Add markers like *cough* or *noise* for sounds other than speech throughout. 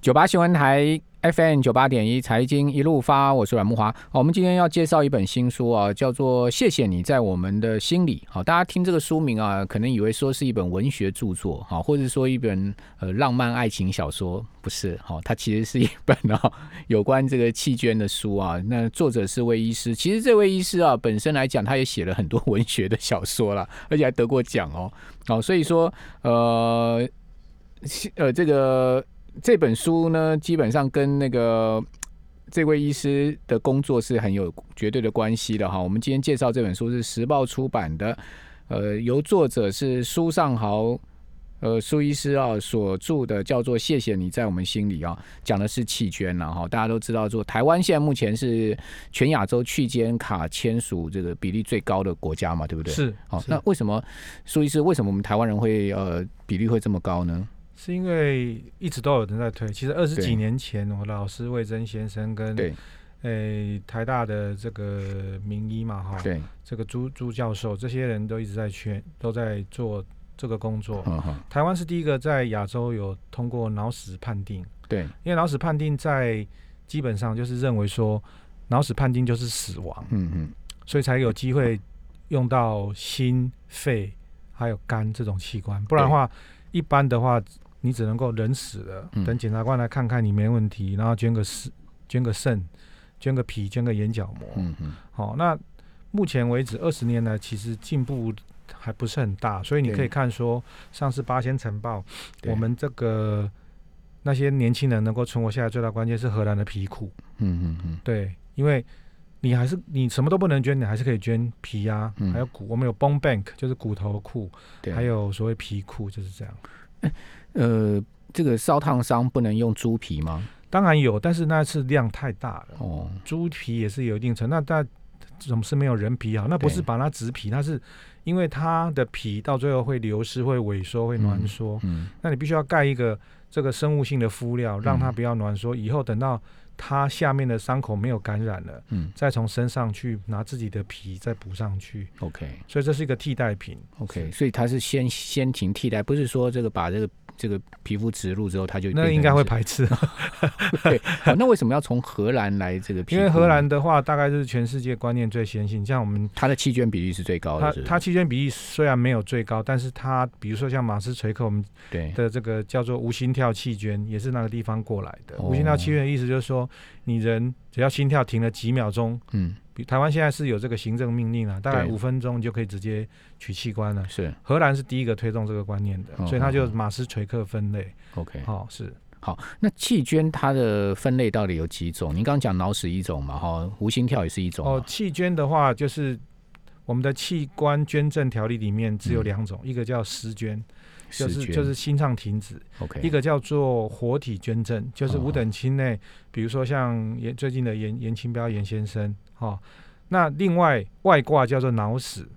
九八新闻台 FM 九八点一财经一路发，我是阮木华。好，我们今天要介绍一本新书啊，叫做《谢谢你在我们的心里》。好，大家听这个书名啊，可能以为说是一本文学著作，好，或者说一本呃浪漫爱情小说，不是。好，它其实是一本啊 *laughs* 有关这个弃捐的书啊。那作者是位医师，其实这位医师啊本身来讲，他也写了很多文学的小说啦，而且还得过奖哦。好，所以说呃呃这个。这本书呢，基本上跟那个这位医师的工作是很有绝对的关系的哈。我们今天介绍这本书是时报出版的，呃，由作者是苏尚豪，呃，苏医师啊所著的，叫做《谢谢你在我们心里》啊，讲的是弃捐了、啊、哈。大家都知道，说台湾现在目前是全亚洲弃捐卡签署这个比例最高的国家嘛，对不对？是。好、是那为什么苏医师为什么我们台湾人会呃比例会这么高呢？是因为一直都有人在推。其实二十对几年前，我老师魏征先生跟对诶、台大的这个名医嘛哈，对，这个朱朱教授，这些人都一直在劝，都在做这个工作。嗯哼，台湾是第一个在亚洲有通过脑死判定，对因为脑死判定在基本上就是认为说脑死判定就是死亡，嗯嗯，所以才有机会用到心、肺还有肝这种器官，不然的话，一般的话你只能够人死了，嗯等检察官来看看你没问题，然后捐个肾、捐个肾、捐个脾、捐个眼角膜。嗯嗯，好、那目前为止二十年来，其实进步还不是很大，所以你对可以看说，上次八仙晨报，对我们这个那些年轻人能够存活下来，最大关键是荷兰的皮裤，嗯嗯嗯，对，因为你还是你什么都不能捐，你还是可以捐皮啊，嗯还有骨，我们有 bone bank 就是骨头库，对，还有所谓皮库就是这样。呃，这个烧烫伤不能用猪皮吗？当然有，但是那次量太大了，哦，猪皮也是有一定程度，那但总是没有人皮好，那不对是把它植皮，那是因为它的皮到最后会流失、会萎缩、会嗯挛缩，嗯，那你必须要盖一个这个生物性的敷料，让嗯它不要挛缩，以后等到它下面的伤口没有感染了，嗯再从身上去拿自己的皮再补上去， ，OK 所以这是一个替代品。 OK，所以它是先先停替代，不是说这个把这个这个皮肤植入之后它就那变应该成会是排 *laughs* 斥，啊好哦那为什么要从荷兰来这个皮因肤呢？为荷兰的话大概是全世界观念最先进，像我们它的弃捐比例是最高的它是不是，它期间比例虽然没有最高，但是它比如说像马斯垂克，我们对的这个叫做无心跳气捐，也是那个地方过来的。哦无心跳气捐的意思就是说，你人只要心跳停了几秒钟，嗯比台湾现在是有这个行政命令了、大概对五分钟你就可以直接取器官了。是荷兰是第一个推动这个观念的，哦所以它就哦哦马斯垂克分类。 OK。哦，是那弃捐它的分类到底有几种？您刚刚讲脑死一种嘛，哈，无心跳也是一种啊哦嘛，，器捐的话就是。我们的器官捐赠条例里面只有嗯两种，一个叫实捐，就死是捐就是心脏停止， OK 一个叫做活体捐赠，就是哦五等亲内，比如说像严最近的严严清标严先生，哦，那另外外挂叫做脑死，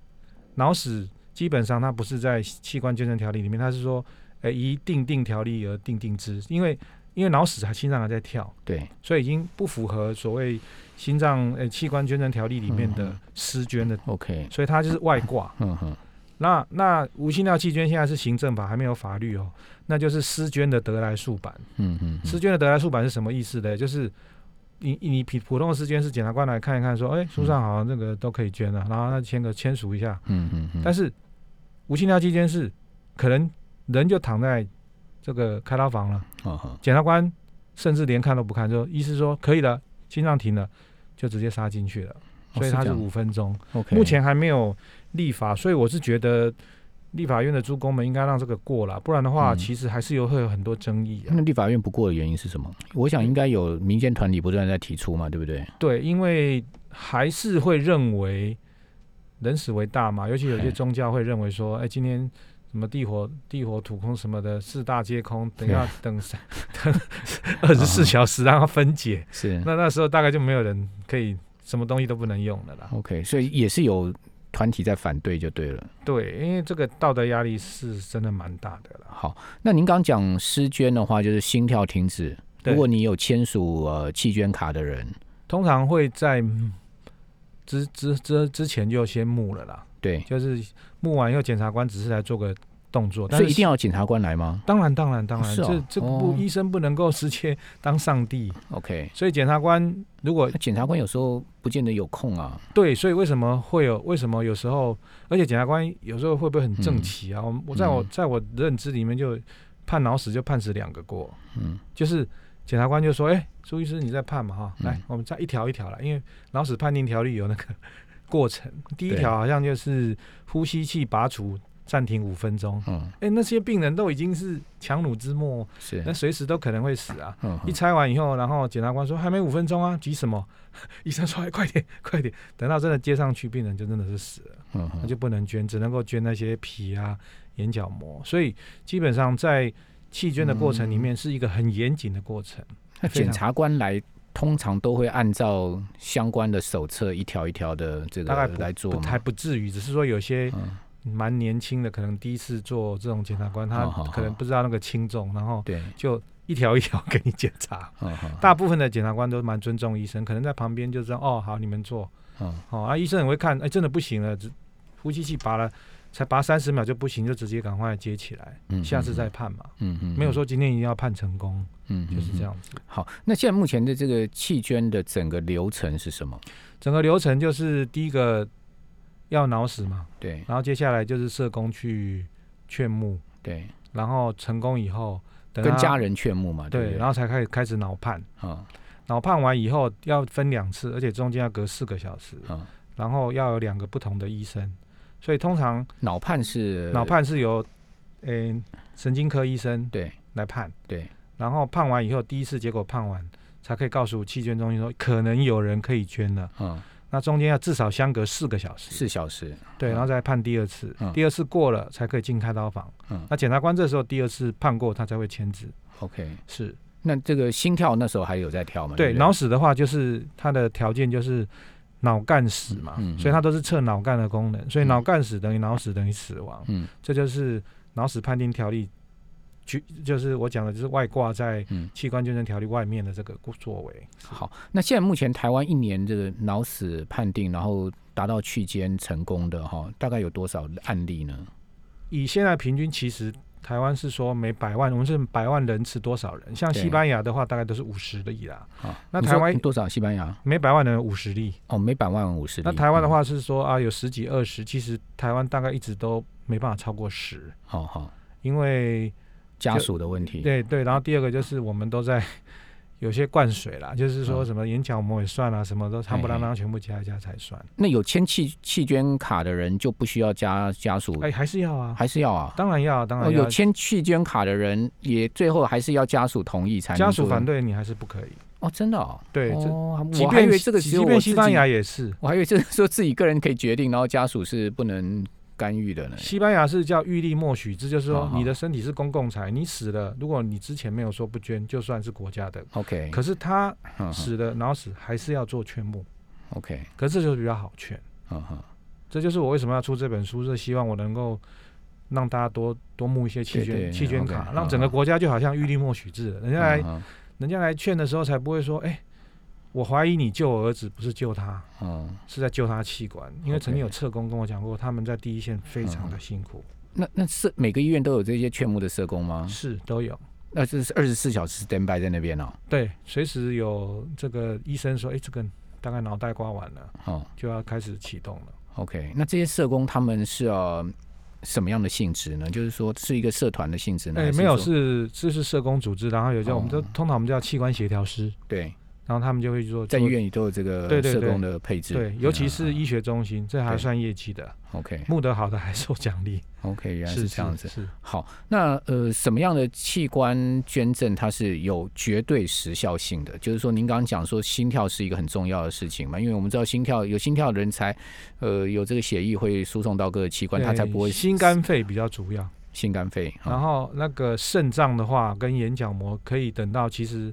脑死基本上它不是在器官捐赠条例里面，它是说，呃，依定定条例而定定之，因为因为脑死还心脏还在跳，对所以已经不符合所谓心脏呃器官捐赠条例里面的嗯私捐的， OK，所以它就是外挂。嗯哼，那那无心尿弃捐现在是行政法还没有法律哦，那就是私捐的得来速版。嗯嗯私捐的得来速版是什么意思呢？就是你你普普通的私捐是检察官来看一看说，哎，书上好像那个都可以捐了、啊然后他签个签署一下。嗯嗯嗯，但是是无心尿弃捐是可能人就躺在这个开刀房了，嗯哼检察官甚至连看都不看，就医师说可以了，心脏停了，就直接杀进去了，哦所以是他这是样五分钟。 OK，目前还没有立法，所以我是觉得立法院的诸公们应该让这个过了，不然的话，嗯其实还是有会有很多争议啊。那立法院不过的原因是什么？我想应该有民间团体不断在提出嘛，对不对？对，因为还是会认为人死为大嘛，尤其有些嘿宗教会认为说，哎，今天。什么地火、地火、土空什么的，四大皆空，等对哦要等三等 *laughs* 二十四小时让它分解。是那那时候大概就没有人可以什么东西都不能用了啦。 OK，所以也是有团体在反对就对了。对，因为这个道德压力是真的蛮大的啦。好，那您刚讲失捐的话，就是心跳停止。对如果你有签署呃弃捐卡的人，通常会在嗯之之之之前就先募了啦，对就是募完以后，检察官只是来做个动作，但所是以一定要检察官来吗当然当然当然，是哦这这不哦医生不能够直接当上帝， ？OK，所以检察官如果那检察官有时候不见得有空啊。对，所以为什么会有？为什么有时候，而且检察官有时候会不会很正嗯气啊？我我在我嗯在我认知里面就判脑死就判死两个过，嗯，就是检察官就说：“哎、朱医师你在判嘛哈，来嗯我们再一条一条来，因为脑死判定条例有那个过程，第一对条好像就是呼吸器拔除暂停五分钟，嗯，哎、那些病人都已经是强弩之末，是那。随时都可能会死啊。”嗯一拆完以后，然后检察官说还没五分钟啊，急什么？ *laughs* 医生说哎快点快点，等到真的接上去，病人就真的是死了，嗯那嗯，就不能捐，只能够捐那些皮啊、眼角膜。所以基本上在弃捐的过程里嗯面是一个很严谨的过程。那非常检察官来通常都会按照相关的手册一条一条的这个大概不来做不吗还不至于，只是说有些啊嗯，蛮年轻的，可能第一次做这种检察官，他哦好好好可能不知道那个轻重，然后对，就一条一条 *laughs* 给你检查。嗯嗯大部分的检察官都蛮尊重医生，可能在旁边就知道哦，好，你们做，嗯哦，啊，医生很会看，哎，真的不行了，只呼吸器拔了，才拔三十秒就不行，就直接赶快接起来，嗯，下次再判嘛，嗯，嗯嗯，没有说今天一定要判成功，嗯，嗯就是这。嗯样子。好，那现在目前的这个弃捐的整个流程是什么？整个流程就是第一个要脑死嘛，对然后接下来就是社工去劝募，对，然后成功以后，等跟他家人劝募嘛，对对，不然后才开始开始脑判，对？啊脑判完以后要分两次，而且中间要隔四个小时，啊，然后要有两个不同的医生，所以通常脑判是脑判是由诶、神经科医生对来判，对，然后判完以后，第一次结果判完，才可以告诉弃捐中心说可能有人可以捐了。嗯那中间要至少相隔四个小时，四小时，对，然后再判第二次，嗯第二次过了才可以进开刀房。嗯那检察官这时候第二次判过，他才会签字。 OK。是那这个心跳那时候还有在跳吗？对，不脑死的话就是它的条件就是。脑干死嘛，嗯嗯所以它都是测脑干的功能，所以嗯脑干死等于脑死等于死亡。嗯这就是脑死判定条例，就就是我讲的，就是外挂在嗯器官捐赠条例外面的这个作为。好，那现在目前台湾一年这个脑死判定，然后达到去监成功的哈，大概有多少案例呢？以现在平均，其实台湾是说每百万，我们是百万人次多少人？像对西班牙的话，大概都是五十例啦，啊，那你说台湾多少？西班牙每百万人五十例。哦，每百万五十例。那台湾嗯，的话是说啊，有十几、二十，其实台湾大概一直都没办法超过十，好、好，因为家属的问题。，对对，然后第二个就是我们都在有些灌水啦，就是说嗯什么眼角膜也算啊，什么都夯不啷嘿当全部加一加才算。那有签弃弃捐卡的人就不需要家家属，哎，还是要啊，还是要啊？当然要，当哦，然要。有签弃捐卡的人也最后还是要家属同意才能家属做反对你还是不可以。哦，真的哦。对，这哦，即我还以便为这个只有即我便自己哎西班牙，也是，我还以为这是说自己个人 *laughs* 可以决定，然后家属是不能干预的呢。西班牙是叫预立默许制，就是好说好你的身体是公共财，你死了，如果你之前没有说不捐，就算是国家的。 OK，可是他嗯哼死了，然后死还是要做劝募， OK，可是这就比较好劝。嗯哼。这就是我为什么要出这本书，是希望我能够让大家多多募一些弃对对捐弃捐卡， OK，啊让整个国家就好像预立默许制了，人家来嗯人家来劝的时候才不会说，哎，我怀疑你救我儿子，不是救他。哼嗯，是在救他器官，因为 OK 曾经有社工跟我讲过，他们在第一线非常的辛苦，那那社每个医院都有这些劝募的社工吗？是都有，那这是二十四小时 stand by 在那边哦。对，随时有这个医生说，哎，这个大概脑袋瓜完了，哦就要开始启动了。 ，OK，那这些社工他们是呃什么样的性质呢？就是说是一个社团的性质呢？哎还，没有，说是这是社工组织，然后有叫哦我们都通常我们叫器官协调师，对，然后他们就会做在医做院里都有这个对对社对工的配置，对，尤其是嗯医学中心，这还对算业绩的， OK 募得好的还受奖励， OK，原来是这样子。是好，那呃，什么样的器官捐赠它是有绝对时效性的？就是说，您刚刚讲说心跳是一个很重要的事情嘛，因为我们知道心跳有心跳的人才，呃，有这个血液会输送到各个器官，它才对不会心肝肺比较主要。心肝肺。然后那个肾脏的话，跟眼角膜可以等到，其实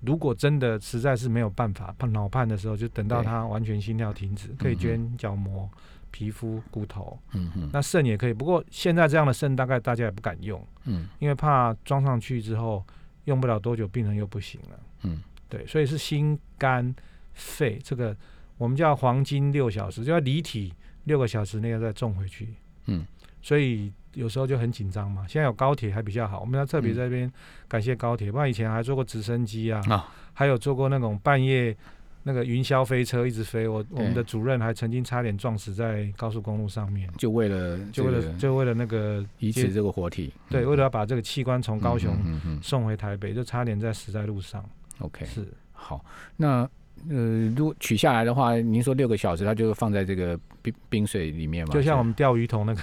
如果真的实在是没有办法判脑判的时候，就等到对它完全心跳停止，可以嗯哼捐角膜、皮肤、骨头。嗯嗯那肾也可以，不过现在这样的肾大概大家也不敢用，嗯因为怕装上去之后用不了多久，病人又不行了。嗯，对，所以是心、肝、肺这个我们叫黄金六小时，就要离体六个小时内要再种回去。嗯，所以有时候就很紧张嘛。现在有高铁还比较好，我们要特别在这边嗯感谢高铁，不然以前还坐过直升机啊，啊还有坐过那种半夜那个云霄飞车一直飞，我我们的主任还曾经差点撞死在高速公路上面，就为了这就为个了就为了那个移植这个活体，对，嗯为了要把这个器官从高雄嗯嗯嗯嗯送回台北，就差点在死在路上。 OK，是，好，那呃，如果取下来的话，您说六个小时，它就放在这个冰冰水里面嘛？就像我们们钓鱼桶那个，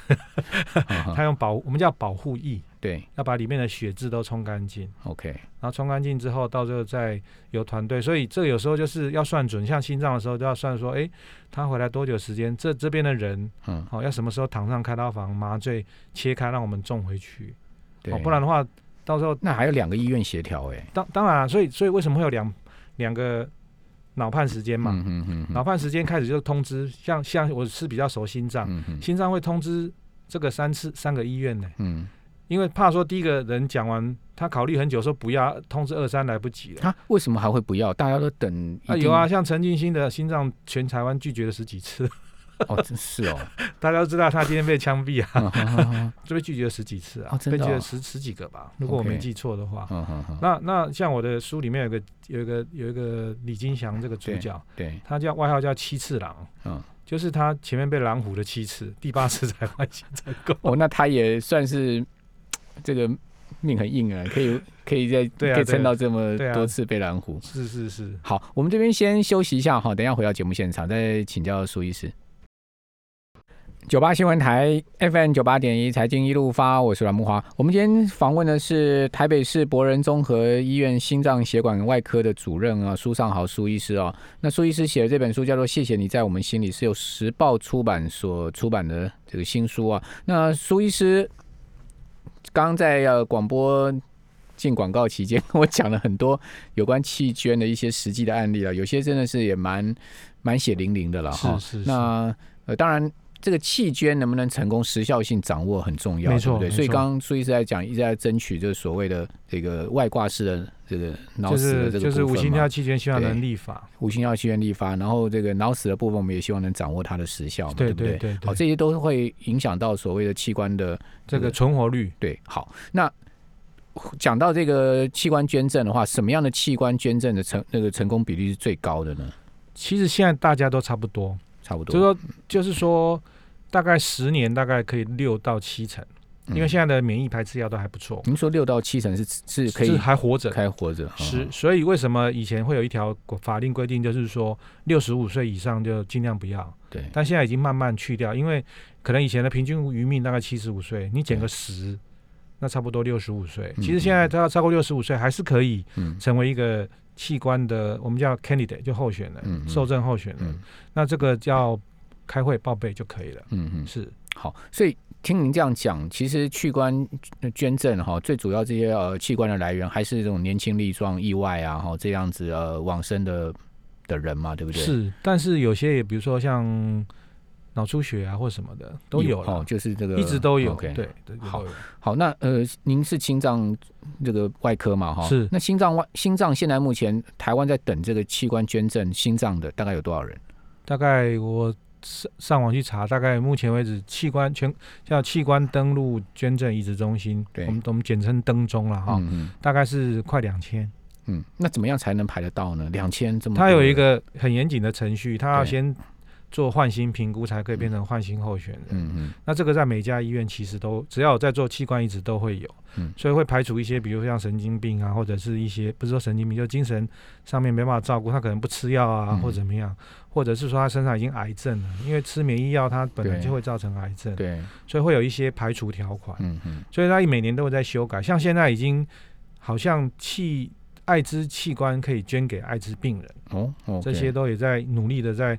它用保我们叫保护翼，嗯对要把里面的血渍都冲干净。 ，OK，然后冲干净之后，到最后再由团队，所以这个有时候就是要算准，像心脏的时候都要算说，诶，他回来多久时间？这这边的人，哦嗯，好、要什么时候躺上开刀房麻醉切开，让我们种回去，对，哦，不然的话，到时候那还有两个医院协调哎，当当然啊、所以所以为什么会有两两个脑判时间嘛？嗯嗯嗯脑判时间开始就通知，像像我是比较熟心脏，嗯嗯心脏会通知这个三次三个医院呢，嗯，因为怕说第一个人讲完，他考虑很久说不要，通知二三来不及了。他、为什么还会不要？大家都等一啊，定有啊，，像陈进兴的心脏，全台湾拒绝了十几次， *laughs* 哦，真是 *laughs* 哦，大家都知道他今天被枪毙啊，嗯嗯就被拒绝了十几次啊，哦真被的拒哦绝了十十几个吧，如果我 OK 没记错的话。嗯嗯，那那像我的书里面有个有一个有一个李金祥这个主对角，对，他叫外号叫七次郎，嗯，。就是他前面被狼虎了七次，第八次才唤醒成功哦，那他也算是这个命很硬啊，可以可以在对啊可以对撑啊到这么对啊多次被蓝虎。 *laughs* 是是是，好，我们这边先休息一下哈，等一下回到节目现场再请教苏医师。九八新闻台 FM 九八点一财经一路发，我是阮木华。我们今天访问的是台北市博仁综合医院心脏血管外科的主任啊，苏尚豪苏医师哦。那苏医师写的这本书叫做《谢谢你在我们心里》，是由时报出版所出版的这个新书啊。那苏医师刚刚在呃广播进广告期间， *laughs* 跟我讲了很多有关弃捐的一些实际的案例了，有些真的是也蛮蛮血淋淋的了哈。是是是那呃，当然。这个弃捐能不能成功，时效性掌握很重要，没错对不对？没错所以刚刚苏医师在讲，一直在争取就是所谓的这个外挂式的这个脑就死的是这个就是部无分心嘛跳气捐希望对能立法，无心药气愿立法，然后这个脑死的部分，我们也希望能掌握它的时效嘛，哦对不对对好，呃对，这些都会影响到所谓的器官的这对个存活率。对。好，那讲到这个器官捐赠的话，什么样的器官捐赠的成那个成功比例是最高的呢？其实现在大家都差不多，差不多，就是说就是说，大概十年大概可以六到七成，因为嗯现在的免疫排斥药都还不错，您说六到七成是是可是以还活着。开活着，是，嗯所以为什么以前会有一条法令规定，就是说六十五岁以上就尽量不要，对，但现在已经慢慢去掉，因为可能以前的平均余命大概七十五岁，你减个十，那差不多六十五岁。嗯其实现在他要超过六十五岁，还是可以嗯成为一个器官的，我们叫 candidate 就候选人，嗯嗯受证候选人。嗯那这个叫开会报备就可以了。嗯嗯，是好，所以。听您这样讲，其实器官捐赠哈，最主要这些呃器官的来源还是这种年轻力壮、意外啊，哈这样子呃往生的的人嘛，对不对？是，但是有些也比如说像脑出血啊或什么的都有哦了，，就是这个一直都有。 OK，对，对好，都有好，那呃，您是心脏这个外科嘛，哈，是那心脏外心脏现在目前台湾在等这个器官捐赠心脏的大概有多少人？大概我上上网去查，大概目前为止，器官全叫器官登录捐赠移植中心，对我们我们简称登中了哈，嗯嗯大概是快两千。嗯，那怎么样才能排得到呢？两千这么多它有一人，个很严谨的程序，它要对先做换心评估，才可以变成换心候选人。嗯嗯那这个在每家医院其实都只要有在做器官移植都会有，嗯所以会排除一些，比如像神经病啊，或者是一些不是说神经病，就精神上面没办法照顾，他可能不吃药啊，嗯或者怎么样，或者是说他身上已经癌症了，因为吃免疫药它本来对就会造成癌症，对，所以会有一些排除条款，嗯嗯所以它每年都会在修改，像现在已经好像器艾滋器官可以捐给艾滋病人，哦哦，这些都也在努力的在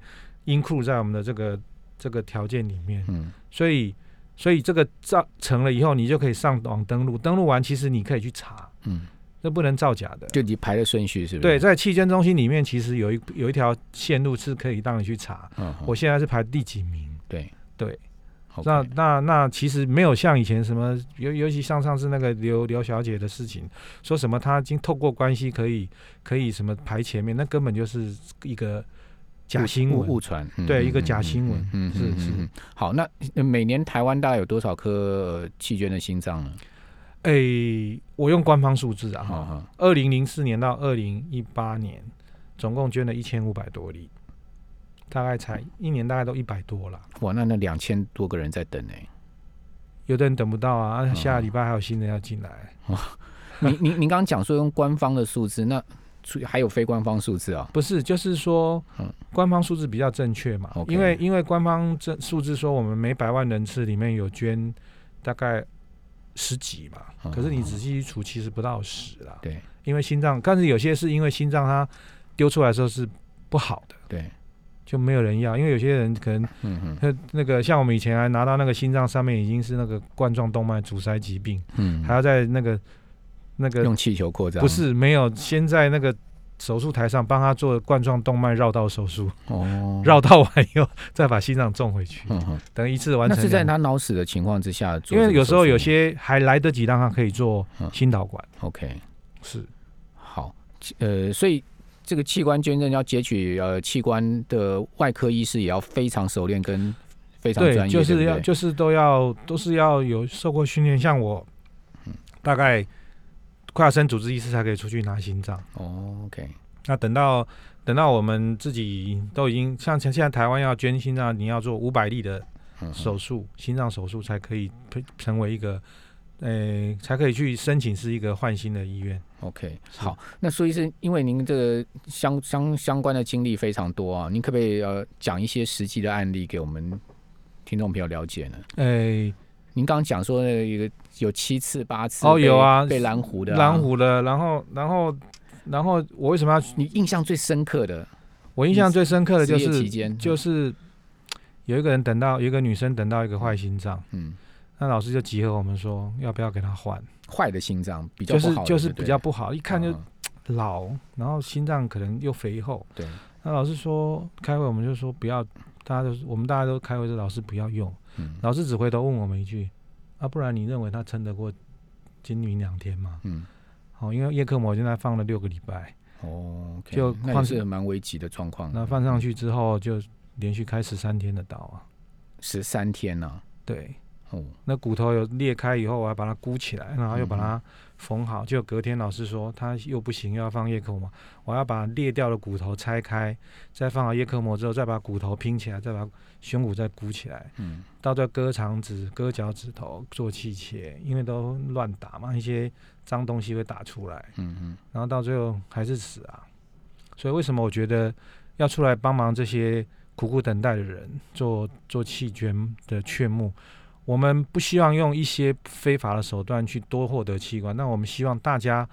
include 在我们的这个这个条件里面。嗯所以所以这个造成了以后，你就可以上网登录，登录完其实你可以去查，嗯，这不能造假的。就你排的顺序是不对，是？对，在器捐中心里面，其实有一有一条线路是可以让你去查。嗯，我现在是排第几名？对对，好那那那其实没有像以前什么，尤尤其像上次那个刘刘小姐的事情，说什么她已经透过关系可以可以什么排前面，那根本就是一个假新误闻，误传，对嗯一个假新闻嗯是是。嗯嗯嗯好，那呃每年台湾大概有多少颗呃弃捐的心脏呢？诶，哎我用官方数字啊，好哈，好，二零零四年到二零一八年，总共捐了一千五百多例，大概才一年大概都一百多啦。哇，那那两千多个人在 *laughs* 等呢、有的人等不到啊，啊嗯下礼拜还有新的要进来。您您您刚刚讲说用官方的数字，那除还有非官方数字啊、不是，就是说嗯，官方数字比较正确嘛， OK 因为因为官方这数字说我们每百万人次里面有捐大概十几嘛，嗯可是你仔细一除，其实不到十啦。对，因为心脏，但是有些是因为心脏它丢出来的时候是不好的，对，就没有人要，因为有些人可能嗯嗯那那个像我们以前啊还拿到那个心脏上面已经是那个冠状动脉阻塞疾病，嗯，还要在那个那个用啊气球扩张，不是没有先在那个手术台上帮他做冠状动脉绕道手术，哦，绕道完以后再把心脏种回去，嗯嗯等一次完那成两。是在他脑死的情况之下做因这个手术吗，为有时候有些还来得及让他可以做嗯心导管， OK 是好，呃，所以这个器官捐赠要截取呃器官的外科医师也要非常熟练跟非常专业，就对是不要对就是都要都是要有受过训练，像我嗯大概快要升主治医师才可以出去拿心脏。哦，OK，那等到等到我们自己都已经像像现在台湾要捐心脏，你要做五百例的嗯手术，心脏手术才可以成成为一个，呃，才可以去申请是一个换心的医院。 OK，是好，那苏医生，因为您这个相相相关的经历非常多啊，您可不可以呃讲一些实际的案例给我们听众朋友了解呢？诶，您刚刚讲说那个有有七次八次哦被有啊被蓝湖的、蓝，湖的，然后然后然后我为什么要去？你印象最深刻的我印象最深刻的就职业是期间就是有一个人等到有一个女生等到一个坏心脏，嗯那老师就集合我们说要不要给她换，坏的心脏比较就不是好的就是对不比对较不好，一看就嗯老，然后心脏可能又肥厚。对，那老师说开会，我们就说不要，大家都我们大家都开会说老师不要用，嗯老师只回头问我们一句，啊，不然你认为他撑得过今明两天吗？嗯好、因为叶克膜现在放了六个礼拜，哦，OK，就那也换是蛮危急的状况，那放上去之后就连续开十三天的刀啊，十三天呢、对，哦，那骨头有裂开以后，我还把它箍起来，然后又把它缝好。就隔天老师说他又不行，又要放叶克膜，我要把裂掉的骨头拆开，再放好叶克膜之后，再把骨头拼起来，再把胸骨再箍起来，嗯到这割肠子、割脚趾头、做气切，因为都乱打嘛，一些脏东西会打出来，嗯嗯，然后到最后还是死啊。所以为什么我觉得要出来帮忙这些苦苦等待的人做做弃捐的劝募？我们不希望用一些非法的手段去多获得器官，那我们希望大家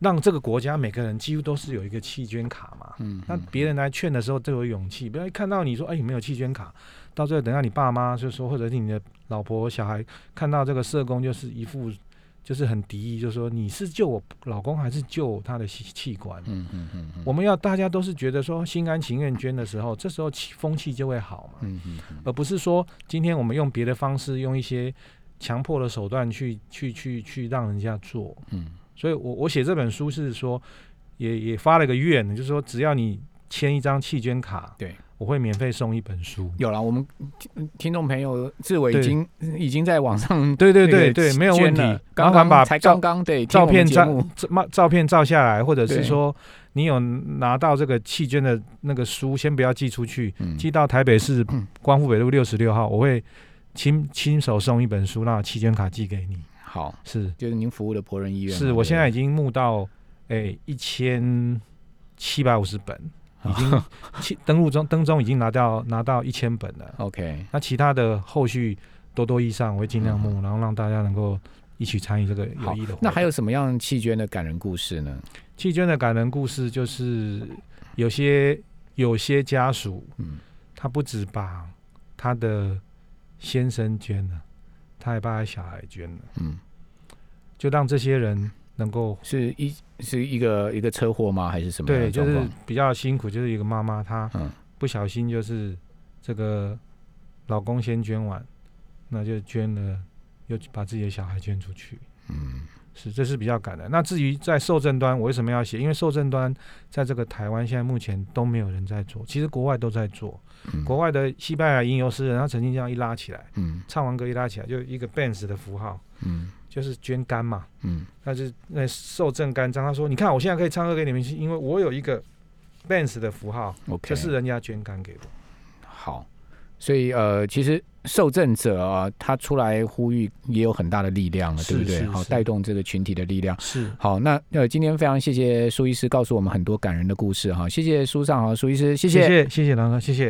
让这个国家每个人几乎都是有一个弃捐卡嘛。嗯，那嗯别人来劝的时候都有勇气，不要一看到你说哎你没有弃捐卡，到最后等到你爸妈就说，或者是你的老婆小孩看到这个社工就是一副就是很敌意，就说你是救我老公还是救他的器器官？嗯嗯嗯嗯，我们要大家都是觉得说心甘情愿捐的时候，这时候气风气就会好嘛，嗯嗯嗯而不是说今天我们用别的方式，用一些强迫的手段去去去去让人家做。嗯。所以我我写这本书是说，也也发了个愿，就是说只要你签一张弃捐卡，对，我会免费送一本书。有了，我们听听众朋友志伟已对经已经在网上 *laughs* 对对那个对对，没有捐问题了。麻刚烦刚把才照刚刚对听照我们片节照 *laughs* 目照照片照下来，或者对是说你有拿到这个弃捐的那个书，先不要寄出去，嗯寄到台北市光复北路六十六号，我会亲亲手送一本书，让弃捐卡寄给你。好，是就是您服务的博仁医院嘛。是，我对现在已经募到诶一千七百五十 *laughs* 本，啊已经七登录中登中已经拿到拿到一千本了。 OK，那其他的后续多多益善，我会尽量募，然后让大家能够一起参与这个有嗯好益的活动。那还有什么样弃捐的感人故事呢？弃捐的感人故事，就是有些有些家属，嗯他不止把他的先生捐了，他还把他小孩捐了，嗯，就让这些人能够是一是一个一个车祸吗？还是什么样对，的就状是况？比较辛苦，就是一个妈妈她嗯不小心就是这个老公先捐完，那就捐了，又把自己的小孩捐出去，嗯，是，这是比较赶的。那至于在受证端，我为什么要写？因为受证端在这个台湾现在目前都没有人在做，其实国外都在做。嗯国外的西班牙吟游诗人，他曾经这样一拉起来，嗯唱完歌一拉起来，就一个 Benz 的符号，嗯就是捐肝嘛。嗯那就是那受证肝脏，他说：“你看，我现在可以唱歌给你们，是因为我有一个 Benz 的符号， ，OK，就是人家捐肝给我。”好，所以呃，其实受赠者啊，他出来呼吁也有很大的力量了，对不是对？是好，是带动这个群体的力量。是，好，那呃，今天非常谢谢苏医师告诉我们很多感人的故事哈，谢谢苏尚豪苏医师，谢谢谢谢谢郎哥，谢谢。